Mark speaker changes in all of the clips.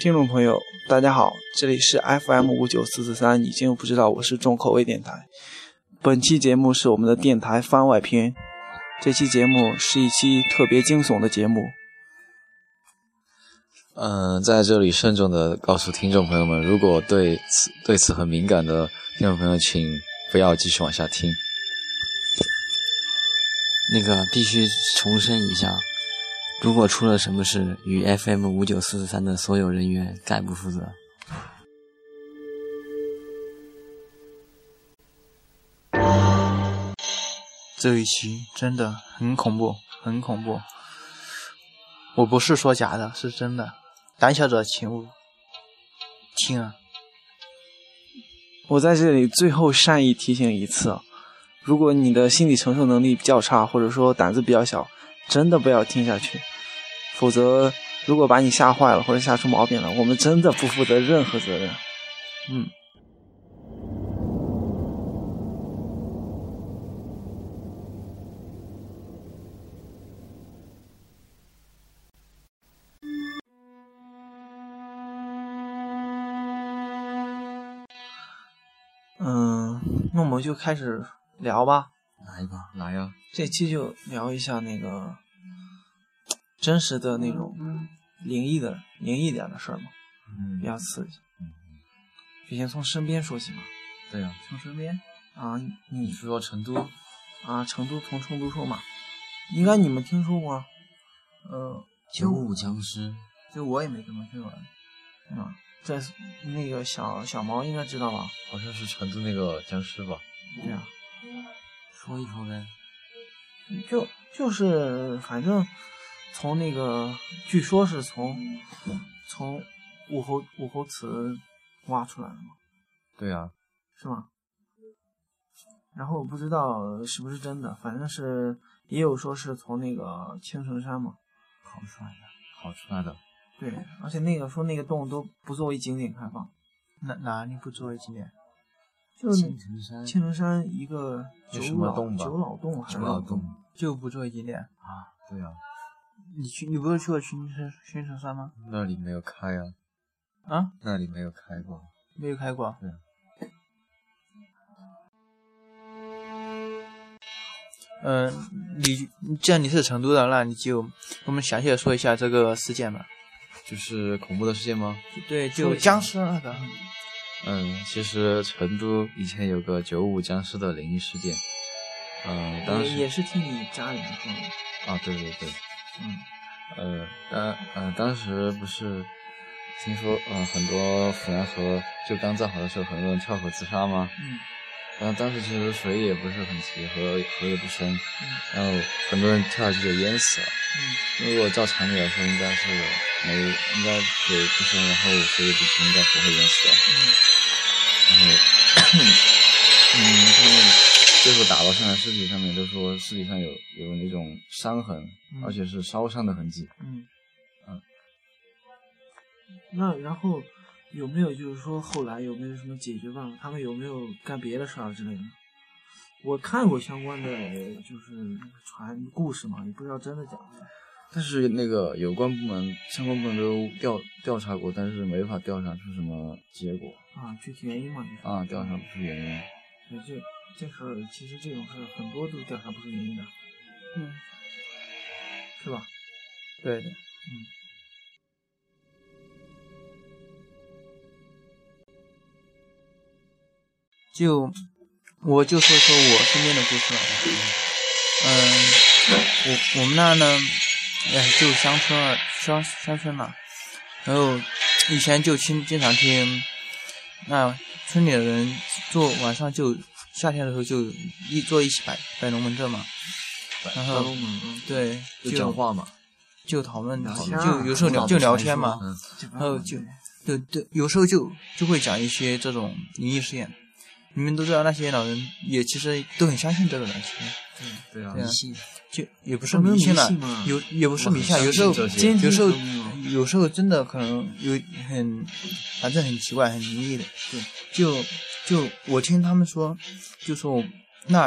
Speaker 1: 听众朋友，大家好，这里是 FM 五九四四三，你竟不知道我是重口味电台。本期节目是我们的电台番外篇，这期节目是一期特别惊悚的节目。
Speaker 2: 嗯，在这里慎重的告诉听众朋友们，如果对此对此很敏感的听众朋友，请不要继续往下听。
Speaker 3: 那个必须重申一下，如果出了什么事，与 FM 五九四四三的所有人员概不负责。
Speaker 4: 这一期真的很恐怖，很恐怖。我不是说假的，是真的。胆小者请勿听啊！
Speaker 1: 我在这里最后善意提醒一次啊，如果你的心理承受能力比较差，或者说胆子比较小，真的不要听下去，否则如果把你吓坏了或者吓出毛病了，我们真的不负责任何责任。
Speaker 4: 嗯，
Speaker 1: 嗯，那我们就开始聊吧。
Speaker 3: 来吧，
Speaker 2: 来呀，
Speaker 1: 这期就聊一下那个真实的那种灵异的灵异点的事儿嘛，
Speaker 3: 嗯
Speaker 1: 比较刺激。就先从身边说起嘛。
Speaker 2: 对呀、从身边。
Speaker 1: 啊，
Speaker 2: 你
Speaker 1: 你
Speaker 2: 是说成都？
Speaker 1: 啊，成都从成都说嘛，应该你们听说过啊。呃，
Speaker 3: 九五僵尸，嗯
Speaker 4: 就我也没怎么听过。
Speaker 1: 啊，在那个小小毛应该知道吧？
Speaker 2: 好像是成都那个僵尸吧？
Speaker 1: 对啊，
Speaker 3: 说一说呗。
Speaker 1: 就就是反正从那个，据说是从从武侯武侯祠挖出来的嘛。
Speaker 2: 对啊呀、
Speaker 1: 是吗？然后我不知道是不是真的，反正是也有说是从那个青城山嘛，
Speaker 3: 好帅呀！
Speaker 2: 跑出来的。
Speaker 1: 对，而且那个说那个洞都不作为景点开放，
Speaker 4: 哪哪里不作为景点？
Speaker 1: 就是
Speaker 3: 城山
Speaker 1: 嗯青城山一个
Speaker 2: 有
Speaker 1: 九
Speaker 2: 什么
Speaker 1: 老
Speaker 2: 洞吧
Speaker 1: 九老洞还是
Speaker 2: 九老洞。
Speaker 4: 就不作为景点。
Speaker 3: 啊，
Speaker 2: 对呀、
Speaker 4: 你去，你不是去过青城青城山吗？
Speaker 2: 那里没有开呀、
Speaker 4: 啊，
Speaker 2: 那里没有开过。
Speaker 4: 没有开过。
Speaker 2: 对
Speaker 4: 嗯、你既然你是成都的，那你就我们详细的说一下这个事件吧。
Speaker 2: 就是恐怖的事件吗？
Speaker 4: 对，就僵尸那个，
Speaker 2: 嗯，其实成都以前有个九五僵尸的灵异事件。嗯，当
Speaker 1: 也
Speaker 2: 时
Speaker 1: 也是听你家里人说的，
Speaker 2: 啊，对对对。
Speaker 1: 嗯，
Speaker 2: 呃，当呃当时不是听说呃很多腐兰河就刚造好的时候，很多人跳河自杀吗？
Speaker 1: 嗯。
Speaker 2: 然后当时其实水也不是很急，河河也不深，
Speaker 1: 嗯
Speaker 2: 然后很多人跳下去就淹死了。嗯，如果照常理来说，应该是没应该水不深，然后水也不急，应该不会淹死的。
Speaker 1: 嗯
Speaker 2: 然后，嗯，他们最后打捞上来尸体上面都说尸体上有有那种伤痕，
Speaker 1: 嗯
Speaker 2: 而且是烧伤的痕迹。
Speaker 1: 嗯，那然后有没有就是说后来有没有什么解决办法？他们有没有干别的事儿之类的？我看过相关的就是那个传故事嘛，也不知道真的假的。
Speaker 2: 但是那个有关部门、相关部门都调调查过，但是没法调查出什么结果
Speaker 1: 啊，具体原因嘛，就是
Speaker 2: 啊，调查不出原因。
Speaker 1: 对这这事儿，其实这种事儿很多都调查不出原因的，
Speaker 4: 嗯，
Speaker 1: 是吧？
Speaker 4: 对的。就我就说说我身边的故事吧。嗯，我我们那呢，哎，就乡村啊，乡乡村嘛。然后以前就经经常听，那村里的人做晚上就夏天的时候就一坐一起摆摆龙门阵嘛。然
Speaker 1: 大
Speaker 4: 后
Speaker 1: 龙门嗯
Speaker 4: 对，
Speaker 2: 就讲话嘛，
Speaker 4: 就讨论，
Speaker 1: 聊
Speaker 4: 就
Speaker 1: 天儿
Speaker 4: 有时候聊就聊天嘛。
Speaker 2: 嗯，
Speaker 1: 这
Speaker 4: 然后就对对，有时候就就会讲一些这种灵异事件。你们都知道，那些老人也其实都很相信这个的，其实
Speaker 2: 对啊
Speaker 4: 对啊
Speaker 3: 信
Speaker 4: 就也不是
Speaker 1: 他们
Speaker 4: 迷信
Speaker 1: 迷
Speaker 4: 了
Speaker 1: 信嘛，
Speaker 4: 有也不是
Speaker 2: 我
Speaker 4: 迷
Speaker 2: 很
Speaker 4: 信啊，
Speaker 2: 相
Speaker 4: 有时
Speaker 2: 信
Speaker 4: 候
Speaker 2: 这些
Speaker 1: 坚
Speaker 4: 有
Speaker 1: 定
Speaker 4: 时候
Speaker 1: 的那
Speaker 4: 有时候真的可能有很，反正很奇怪、很灵异的。对，就就我听他们说，就说我那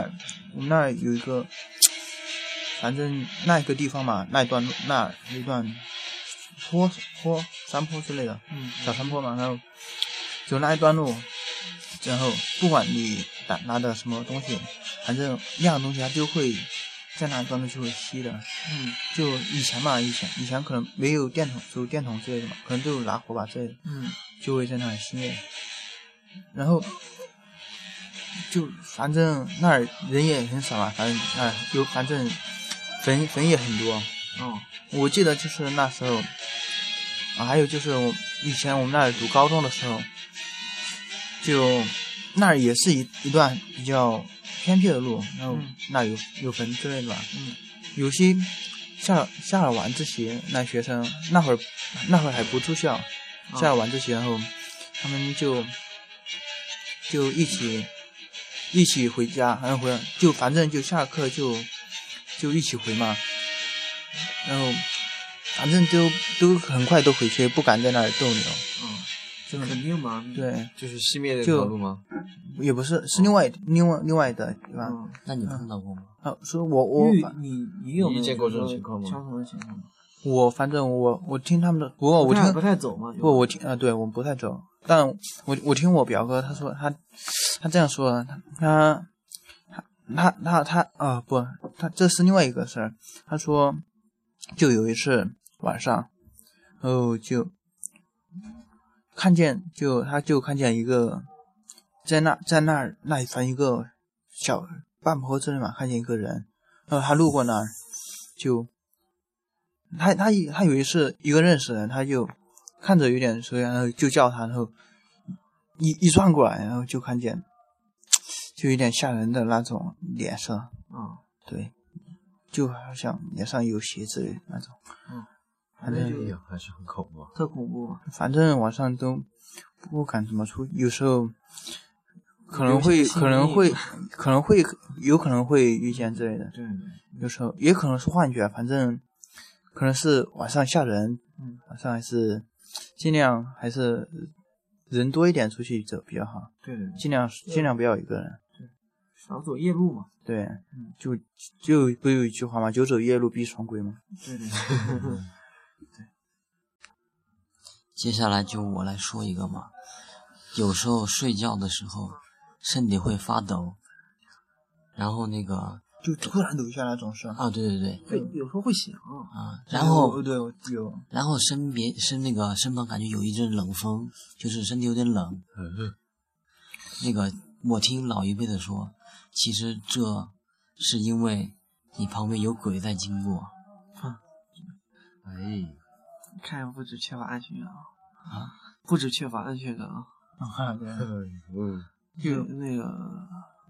Speaker 4: 我们那有一个，反正那一个地方嘛，那一段路那一段坡坡山坡之类的，
Speaker 1: 嗯
Speaker 4: 小山坡嘛，然后就那一段路，然后不管你拿拿的什么东西，反正一样东西它就会在那一段路就会吸的。
Speaker 1: 嗯
Speaker 4: 就以前嘛，以前以前可能没有电筒，就电筒之类的嘛，可能就拿火把之类的，
Speaker 1: 嗯
Speaker 4: 就会在那里吸灭。然后就反正那儿人也很少啊嘛，反正那儿有反正坟坟也很多。
Speaker 1: 哦
Speaker 4: 我记得就是那时候，啊，还有就是我以前我们那里读高中的时候，就那儿也是一一段比较偏僻的路，然后
Speaker 1: 嗯
Speaker 4: 那有有坟之类的吧。
Speaker 1: 嗯
Speaker 4: 有些下了下了晚自习，那学生那会儿那会儿还不住校，
Speaker 1: 啊
Speaker 4: 下了晚自习，然后他们就就一起一起回家，然后回来就反正就下课就就一起回嘛，然后反正都都很快都回去，不敢在那里逗留。
Speaker 1: 嗯，
Speaker 4: 就
Speaker 1: 肯定嘛，，嗯
Speaker 4: 对，
Speaker 2: 就是熄灭那
Speaker 4: 就
Speaker 2: 条路吗？
Speaker 4: 也不是是另外另外另外的对吧？
Speaker 1: 嗯，
Speaker 3: 那你碰到过吗？
Speaker 4: 啊，所以我我
Speaker 1: 因为
Speaker 4: 反
Speaker 1: 你你有没有
Speaker 2: 你见过这种情况吗
Speaker 1: 相同的情况吗？
Speaker 4: 我反正我我听他们的，不过我
Speaker 1: 不
Speaker 4: 听
Speaker 1: 太不太走嘛，有
Speaker 4: 不，我听啊、呃对，我不太懂，但我我听我表哥他说他他这样说的，他他他他他啊、不，他这是另外一个事儿。他说，就有一次晚上，然后就看见就他就看见一个在那在那儿那里反正一个小半坡之类嘛，看见一个人，然后他路过那儿就。他他以他有一次一个认识的人，他就看着有点熟悉，然后就叫他，然后一一转过来，然后就看见，就有点吓人的那种脸色，
Speaker 1: 啊，
Speaker 4: 对，就好像脸上有血之类的那种，
Speaker 1: 嗯，
Speaker 4: 反正
Speaker 2: 哎呀，还是很恐怖。啊
Speaker 1: 特恐怖啊嘛，
Speaker 4: 反正晚上都不敢怎么出，有时候可能会
Speaker 1: 有些心理
Speaker 4: 可能会可能会有可能会遇见之类的，
Speaker 1: 对，
Speaker 4: 有时候也可能是幻觉，反正可能是晚上吓人，
Speaker 1: 嗯，
Speaker 4: 晚上还是尽量还是人多一点出去走比较好，
Speaker 1: 对对，
Speaker 4: 尽量尽量不要一个人。
Speaker 1: 少走夜路嘛，
Speaker 4: 对，
Speaker 1: 嗯
Speaker 4: 就就不有一句话嘛，久走夜路必双归嘛。
Speaker 1: 对 对，
Speaker 3: 接下来就我来说一个嘛。有时候睡觉的时候，身体会发抖，然后那个
Speaker 4: 就突然抖一下那种是吧？
Speaker 3: 啊，对对对
Speaker 1: 会有时候会想，
Speaker 3: 啊，然后
Speaker 4: 有对有有
Speaker 3: 然后身边身那个身旁感觉有一阵冷风，就是身体有点冷。
Speaker 1: 嗯
Speaker 3: 那个我听老一辈的说，其实这是因为你旁边有鬼在经过。
Speaker 2: 哎，
Speaker 1: 看来不止缺乏安全感啊，不止缺乏安全感啊，
Speaker 4: 啊对，
Speaker 2: 嗯，
Speaker 1: 就那个，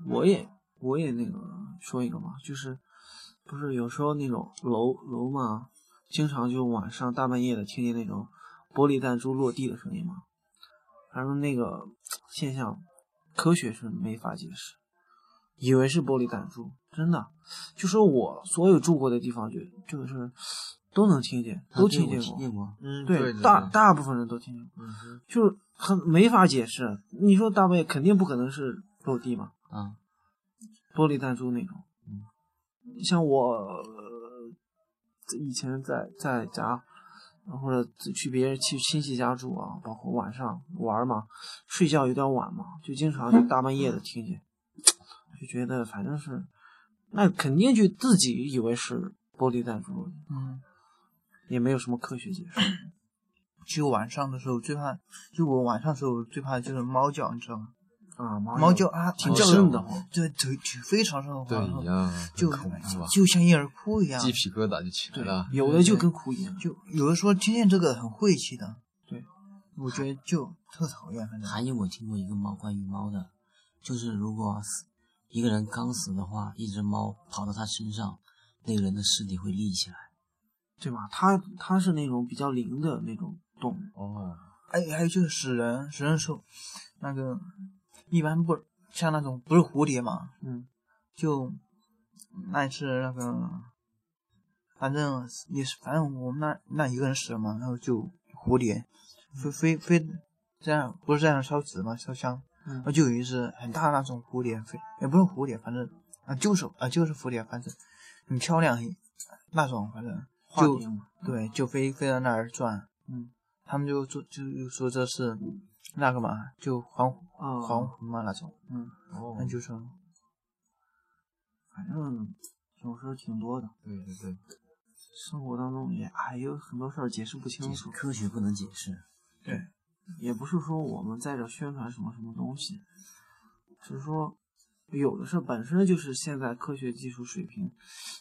Speaker 1: 我也我也那个说一个嘛，就是不是有时候那种楼楼嘛，经常就晚上大半夜的听见那种玻璃弹珠落地的声音嘛，反正那个现象科学是没法解释，以为是玻璃弹珠，真的，就说我所有住过的地方就就是都能听见，
Speaker 3: 啊
Speaker 1: 都
Speaker 3: 对
Speaker 1: 听
Speaker 3: 我
Speaker 1: 见
Speaker 3: 听
Speaker 1: 过，
Speaker 3: 见过。
Speaker 2: 嗯
Speaker 1: 对，大大部分人都听见过。
Speaker 2: 嗯
Speaker 1: 就是很没法解释。你说大半夜肯定不可能是落地嘛，
Speaker 3: 啊，
Speaker 1: 玻璃弹珠那种。像我、呃以前在在家，或者去别人去亲戚家住啊，包括晚上玩嘛，睡觉有点晚嘛，就经常就大半夜的听见，就觉得反正是，那肯定就自己以为是玻璃弹珠落地，
Speaker 4: 嗯，
Speaker 1: 也没有什么科学解释。
Speaker 4: 只有晚上的时候最怕，就我晚上的时候最怕就是猫叫，你知道吗？
Speaker 1: 啊，
Speaker 4: 猫叫啊，
Speaker 1: 挺
Speaker 4: 叫
Speaker 1: 瘆得慌，
Speaker 4: 对，腿腿非常瘆得
Speaker 2: 对
Speaker 4: 慌，
Speaker 2: 呀，
Speaker 4: 就
Speaker 2: 很恐怖啊，
Speaker 4: 就像婴儿哭一样。
Speaker 2: 鸡皮疙瘩就起来了。
Speaker 1: 有的就跟哭一样。
Speaker 4: 就有人说听见这个很晦气的，
Speaker 1: 对，
Speaker 4: 我觉得就特讨厌，反正
Speaker 3: 还有我听过一个猫关于猫的，就是如果死一个人刚死的话，一只猫跑到他身上，那个人的尸体会立起来。
Speaker 1: 对吧？它它是那种比较灵的那种动物，
Speaker 2: 哦，
Speaker 4: 还哎还有就是死人，死人的时候，那个一般不像那种不是蝴蝶嘛，
Speaker 1: 嗯，
Speaker 4: 就那一次那个，反正也是反正我们那那一个人死了嘛，然后就蝴蝶飞飞飞这样不是这样烧纸嘛烧香，
Speaker 1: 嗯
Speaker 4: 然后就有一只很大那种蝴蝶飞，也不是蝴蝶，反正啊就是啊就是蝴蝶，反正很漂亮那种，反正
Speaker 1: 化
Speaker 4: 就
Speaker 1: 蝶嘛。
Speaker 4: 对，就飞飞到那儿转，
Speaker 1: 嗯，
Speaker 5: 他们就说就就说这是那个嘛，就黄
Speaker 4: 啊
Speaker 5: 黄昏嘛那种，
Speaker 3: 嗯，
Speaker 2: 哦
Speaker 5: 那就说
Speaker 4: 反正这种事儿挺多的，
Speaker 2: 对对对，
Speaker 4: 生活当中也还有很多事儿解释不清
Speaker 3: 解释
Speaker 4: 楚。
Speaker 3: 科学不能解释，
Speaker 4: 也不是说我们在这宣传什么什么东西，只是说有的事儿本身就是现在科学技术水平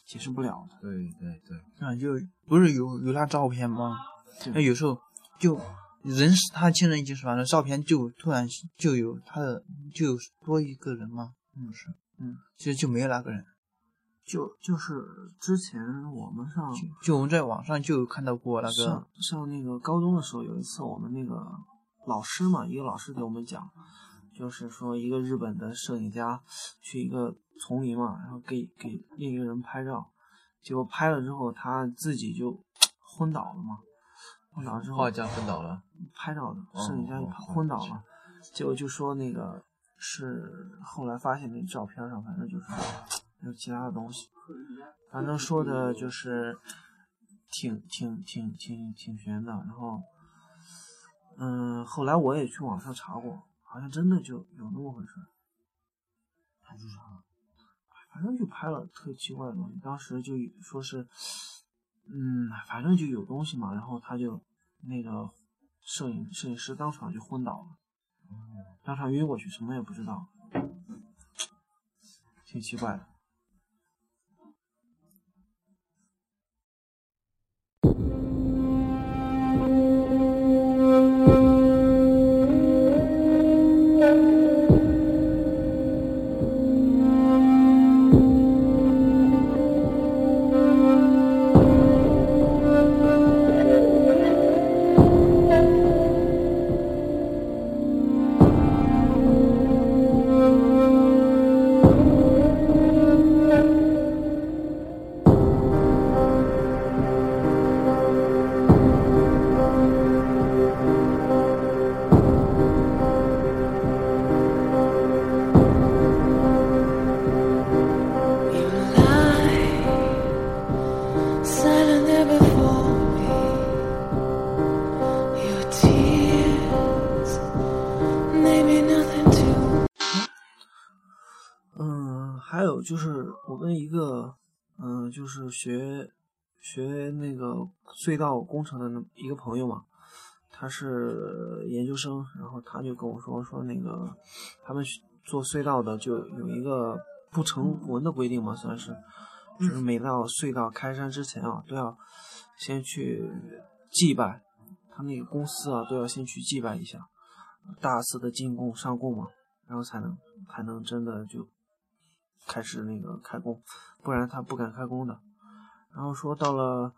Speaker 4: 解释不了的。
Speaker 2: 对对对，
Speaker 5: 啊，就不是有有那照片吗？
Speaker 4: 对
Speaker 5: 那有时候就人是他亲人已经死亡了，照片就突然就有他的就有多一个人吗？嗯，是，
Speaker 4: 嗯，
Speaker 5: 其实就没有那个人，
Speaker 4: 就就是之前我们上
Speaker 5: 就就我们在网上就有看到过那个
Speaker 4: 上上那个高中的时候，有一次我们那个老师嘛，一个老师给我们讲，就是说一个日本的摄影家去一个丛林嘛，然后给给另一个人拍照，结果拍了之后他自己就昏倒了嘛，昏倒之后
Speaker 2: 画家昏倒了，
Speaker 4: 拍到的，
Speaker 2: 哦
Speaker 4: 摄影家
Speaker 2: 哦哦
Speaker 4: 昏倒
Speaker 2: 是
Speaker 4: 了，结果就说那个是后来发现那照片上，反正就是有其他的东西，反正说的就是挺挺挺挺挺悬的。然后，嗯，后来我也去网上查过，好像真的就有那么回事。
Speaker 3: 还是啥？
Speaker 4: 反正就拍了特奇怪的东西，当时就说是，嗯，反正就有东西嘛，然后他就那个摄影摄影师当场就昏倒了，当场晕过去，什么也不知道，挺奇怪的。
Speaker 6: You lie silent there before me. Your tears they mean nothing to me.
Speaker 4: 嗯，还有就是我跟一个，嗯，就是学学那个隧道工程的那一个朋友嘛，他是研究生，然后他就跟我说说那个他们学做隧道的就有一个不成文的规定嘛，算是，就是每到隧道开山之前啊，都要先去祭拜，他们那个公司啊都要先去祭拜一下，大肆的进贡上贡嘛，然后才
Speaker 5: 嗯
Speaker 4: 能才能真的就开始那个开工，不然他不敢开工的。然后说到了，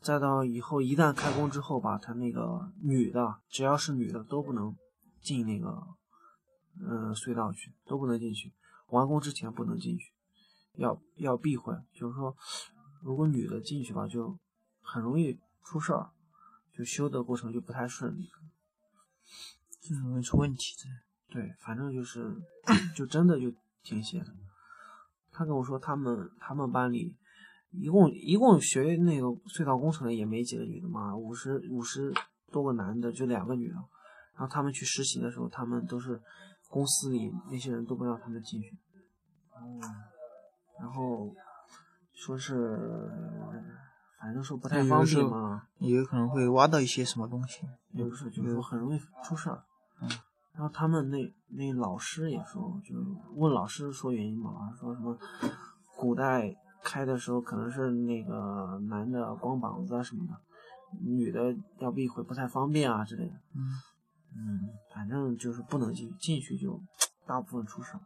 Speaker 4: 再到以后一旦开工之后吧，他那个女的，只要是女的都不能进那个，嗯、隧道去，都不能进去。完工之前不能进去，要要避讳，就是说，如果女的进去吧，就很容易出事儿，就修的过程就不太顺利。
Speaker 5: 这容易出问题的。
Speaker 4: 对，反正就是，就真的就挺邪的。他跟我说，他们他们班里一共一共学那个隧道工程的也没几个女的嘛，五十五十多个男的，就两个女的。然后他们去实习的时候，他们都是公司里那些人都不让他们进去。然后说是，反正说不太
Speaker 5: 对有
Speaker 4: 方
Speaker 5: 的时
Speaker 4: 便
Speaker 5: 候
Speaker 4: 嘛。
Speaker 5: 也有可能会挖到一些什么东西。
Speaker 4: 也不是，就是说很容易出事儿。
Speaker 5: 嗯，
Speaker 4: 然后他们那那老师也说，就是问老师说原因嘛，说什么古代开的时候可能是那个男的光膀子啊什么的，女的要避讳不太方便啊之类的。
Speaker 5: 嗯
Speaker 4: 嗯，反正就是不能进进去就大部分出事儿。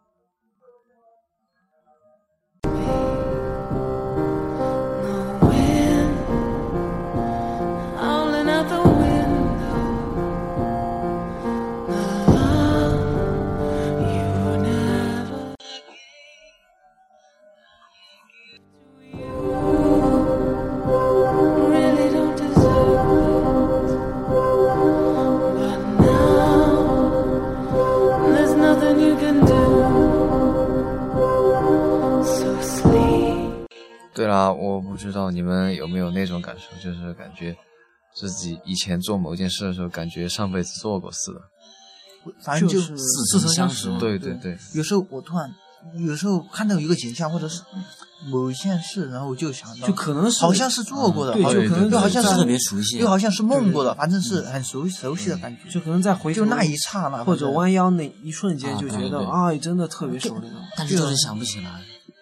Speaker 6: No wind howling out the window. The love you never gave, I gave to you. Really don't deserve it, but now there's nothing you can do. So sleep.
Speaker 2: 对啦，我不知道你们有没有那种感受，就是感觉自己以前做某件事的时候，感觉上辈子做过似的。
Speaker 4: 反正就
Speaker 1: 就是
Speaker 4: 似曾相识嘛。
Speaker 2: 对对对，
Speaker 4: 有时候我突然，有时候看到一个景象或者是某一件事，然后我就想到，
Speaker 1: 就可能是
Speaker 4: 好像是做过的，
Speaker 1: 对
Speaker 4: 好
Speaker 1: 就
Speaker 2: 对
Speaker 4: 像
Speaker 1: 可能
Speaker 2: 对
Speaker 4: 就好像
Speaker 1: 在
Speaker 4: 是
Speaker 3: 特别熟悉，
Speaker 4: 又好像是梦过的，
Speaker 1: 对
Speaker 4: 反正是很熟熟悉的感觉，
Speaker 1: 就可能在回头
Speaker 4: 就那一刹那，
Speaker 1: 或者弯腰那一瞬间
Speaker 3: 啊
Speaker 1: 就
Speaker 3: 对
Speaker 1: 觉得
Speaker 2: 对
Speaker 1: 啊，真的特别熟那种。
Speaker 3: 但是就是想不起来。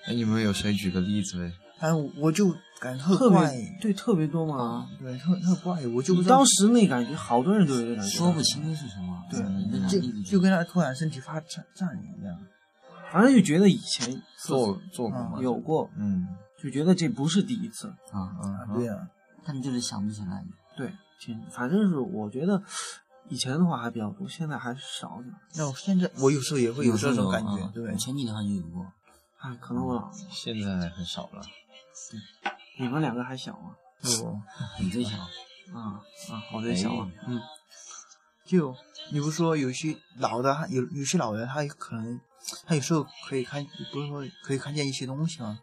Speaker 2: 哎，你们有谁举个例子呗？
Speaker 4: 反正我就感觉特
Speaker 1: 特
Speaker 4: 怪，嗯
Speaker 1: 别对，特别多嘛。
Speaker 4: 对，特特怪，我就不
Speaker 1: 就
Speaker 4: 知道
Speaker 1: 当。时那感觉，好多人都有这感觉，
Speaker 3: 说不。清是什么，
Speaker 4: 对
Speaker 3: 没
Speaker 1: 嗯
Speaker 3: 拿
Speaker 4: 就
Speaker 3: 力
Speaker 4: 就跟他突然身体发颤颤一样，
Speaker 1: 反正就觉得以前
Speaker 2: 做做过
Speaker 4: 嗯
Speaker 2: 吗？
Speaker 1: 有过，
Speaker 2: 嗯，
Speaker 1: 就觉得这不是第一次。
Speaker 3: 啊，
Speaker 2: 嗯
Speaker 4: 啊，对呀、
Speaker 3: 但就是想不起来。
Speaker 1: 对，挺反正是我觉得以前的话还比较多，现在还少点。
Speaker 4: 那我现在我有时候也会有这种感
Speaker 1: 嗯
Speaker 4: 觉，对不对
Speaker 3: 我？前几天好像有过，
Speaker 1: 哎，可能我老，
Speaker 4: 嗯
Speaker 2: 现在很少了。
Speaker 1: 你们两个还小啊？
Speaker 4: 不，
Speaker 3: 你最小，
Speaker 1: 啊啊，我
Speaker 4: 哎
Speaker 1: 在小啊，嗯，
Speaker 4: 就你不是说有些老的，有有些老人他可能他有时候可以看，不是说可以看见一些东西吗？
Speaker 1: 嗯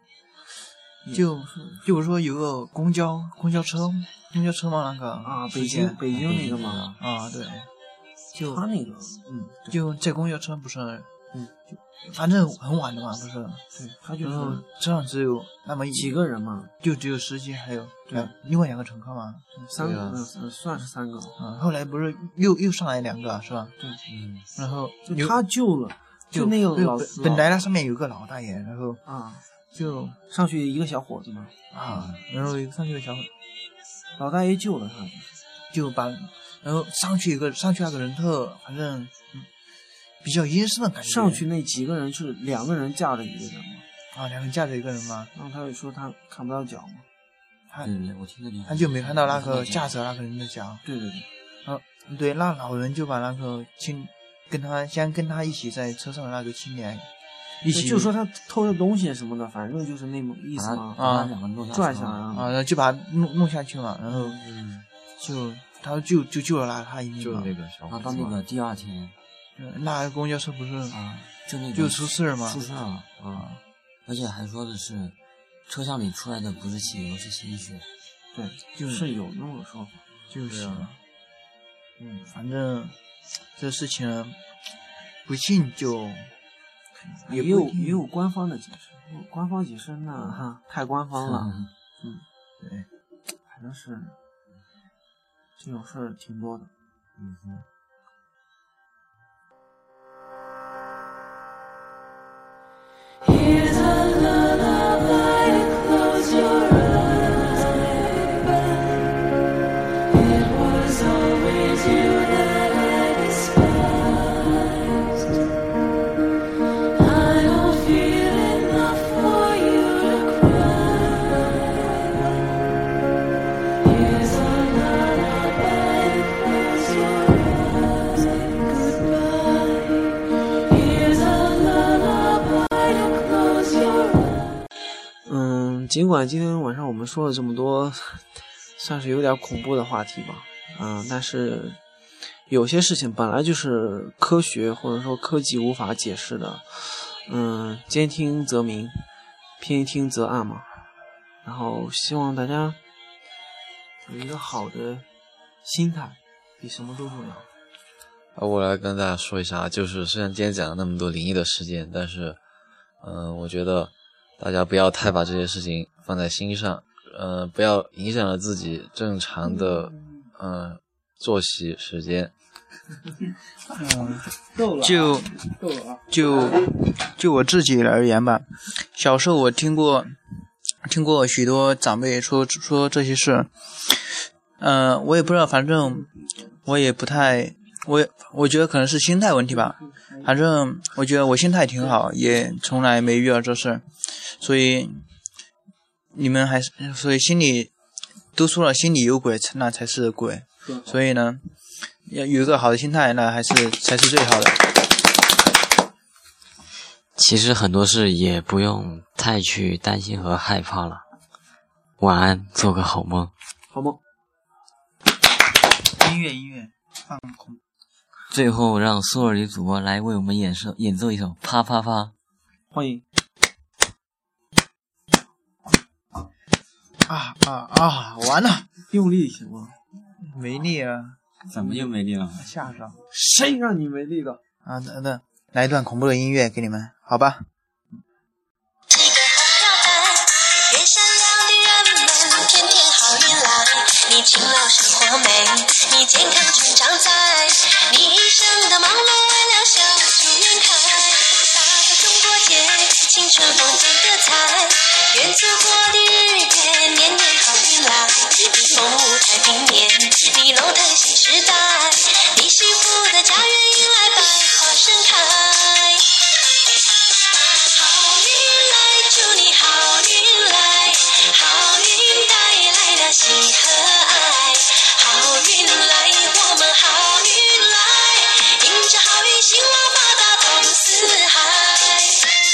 Speaker 4: 就就比如说有个公交公交车，公交车嘛那个
Speaker 1: 啊，
Speaker 4: 事
Speaker 1: 北
Speaker 4: 件
Speaker 1: 京北京那个嘛，
Speaker 4: 啊对，就
Speaker 1: 他那个，
Speaker 4: 嗯就在公交车不是
Speaker 1: 嗯
Speaker 4: 就反正很晚的嘛不是，
Speaker 1: 对，他就
Speaker 4: 然后
Speaker 5: 嗯
Speaker 1: 是
Speaker 4: 车上只有那么一
Speaker 1: 嗯几个人嗯嘛，
Speaker 4: 就只有司机还有两另外两个乘客嘛，
Speaker 1: 三
Speaker 2: 对
Speaker 1: 个
Speaker 2: 啊，
Speaker 1: 嗯，算是三个，
Speaker 4: 啊后来不是又又上来两个啊是吧？
Speaker 2: 嗯，
Speaker 4: 然后
Speaker 1: 哎就他救了，就那个
Speaker 4: 对
Speaker 1: 老
Speaker 4: 本
Speaker 1: 师
Speaker 4: 本来那上面有个老大爷，然后
Speaker 1: 啊，
Speaker 4: 就
Speaker 1: 上去一个小伙子嘛，
Speaker 4: 啊，然后上去个小伙
Speaker 1: 老大爷救了他，
Speaker 4: 就把，然后上去一个上去那个人特反正、嗯比较阴森的感觉，
Speaker 1: 上去那几个人是两个人架着一个人嘛，
Speaker 4: 啊，两个架着一个人嘛，
Speaker 1: 然后他就说他看不到脚嘛，
Speaker 4: 他
Speaker 3: 对对对，我听到就
Speaker 4: 他就没看到那个架着那个人的脚，
Speaker 1: 对对对，
Speaker 4: 对，那老人就把那个青跟他先跟他一起在车上的那个青年一起
Speaker 1: 就说他偷了东西什么的，反正就是那么意
Speaker 3: 把
Speaker 1: 思
Speaker 3: 他
Speaker 1: 嘛，
Speaker 4: 啊
Speaker 3: 把他两个弄
Speaker 1: 拽下
Speaker 3: 下
Speaker 1: 来
Speaker 3: 来，
Speaker 1: 了
Speaker 4: 啊，
Speaker 1: 嘛，
Speaker 4: 然后就把他弄弄下去嘛，然后
Speaker 3: 嗯，
Speaker 4: 就他就就救了他他一命
Speaker 2: 就
Speaker 4: 嘛，
Speaker 2: 那个小
Speaker 3: 然后
Speaker 2: 伙
Speaker 3: 到
Speaker 2: 子
Speaker 3: 啊那
Speaker 2: 嘛
Speaker 3: 个第二天
Speaker 4: 嗯那个公交车不是
Speaker 3: 啊，就那个
Speaker 4: 就出事儿嘛
Speaker 3: 出事儿了，
Speaker 2: 啊，
Speaker 3: 而且还说的是车厢里出来的不是汽油是鲜血，
Speaker 1: 对，
Speaker 4: 就是
Speaker 1: 有那么个说法，
Speaker 4: 就是
Speaker 2: 对啊，
Speaker 4: 嗯，反正这事情呢不信就
Speaker 1: 也
Speaker 4: 不
Speaker 1: 有
Speaker 4: 一定
Speaker 1: 也有官方的解释，官嗯方解释
Speaker 4: 嗯
Speaker 1: 那哈太官方了，
Speaker 3: 嗯
Speaker 4: 对，
Speaker 1: 反正是这种事儿挺多的。
Speaker 2: 嗯哼，
Speaker 6: Here's a lullaby to close your eyes. It was always you that I despised. I don't feel enough for you to cry. Here's a lullaby to close your eyes. Goodbye. Here's a lullaby to close your eyes.
Speaker 1: 嗯，尽管今天晚上我们说了这么多，算是有点恐怖的话题吧，嗯，但是有些事情本来就是科学或者说科技无法解释的，嗯，兼听则明，偏听则暗嘛。然后希望大家有一个好的心态，比什么都重要。
Speaker 2: 啊，我来跟大家说一下，啊就是虽然今天讲了那么多灵异的事件，但是，嗯、我觉得大家不要太把这些事情放在心上，呃，不要影响了自己正常的，嗯、作息时间。
Speaker 4: 就就就我自己而言吧，小时候我听过听过许多长辈说说这些事，嗯、我也不知道，反正我也不太，我也我觉得可能是心态问题吧，反正我觉得我心态挺好，也从来没遇到这事儿，所以你们还是所以心里都说了，心里有鬼那才是鬼，所以呢，要有一个好的心态，那还是才是最好的。
Speaker 3: 其实很多事也不用太去担心和害怕了。晚安，做个好梦。
Speaker 1: 好梦。
Speaker 4: 音乐音乐放空。
Speaker 3: 最后，让苏尔里主播来为我们演奏演奏一首《啪啪啪》。
Speaker 1: 欢迎。
Speaker 4: 啊啊啊！完了，
Speaker 1: 用力行吗？
Speaker 4: 没力啊，
Speaker 3: 怎么就没力了？
Speaker 4: 吓着
Speaker 1: 谁让你没力了？
Speaker 4: 啊！等等，来一段恐怖的音乐给你们，好吧？
Speaker 7: 你的摇摆，愿善良的人们天天好运来。你勤劳生活美，你健康成长在，你一生的忙碌为了笑逐颜开。踏着中国结，青春不减的彩，愿祖国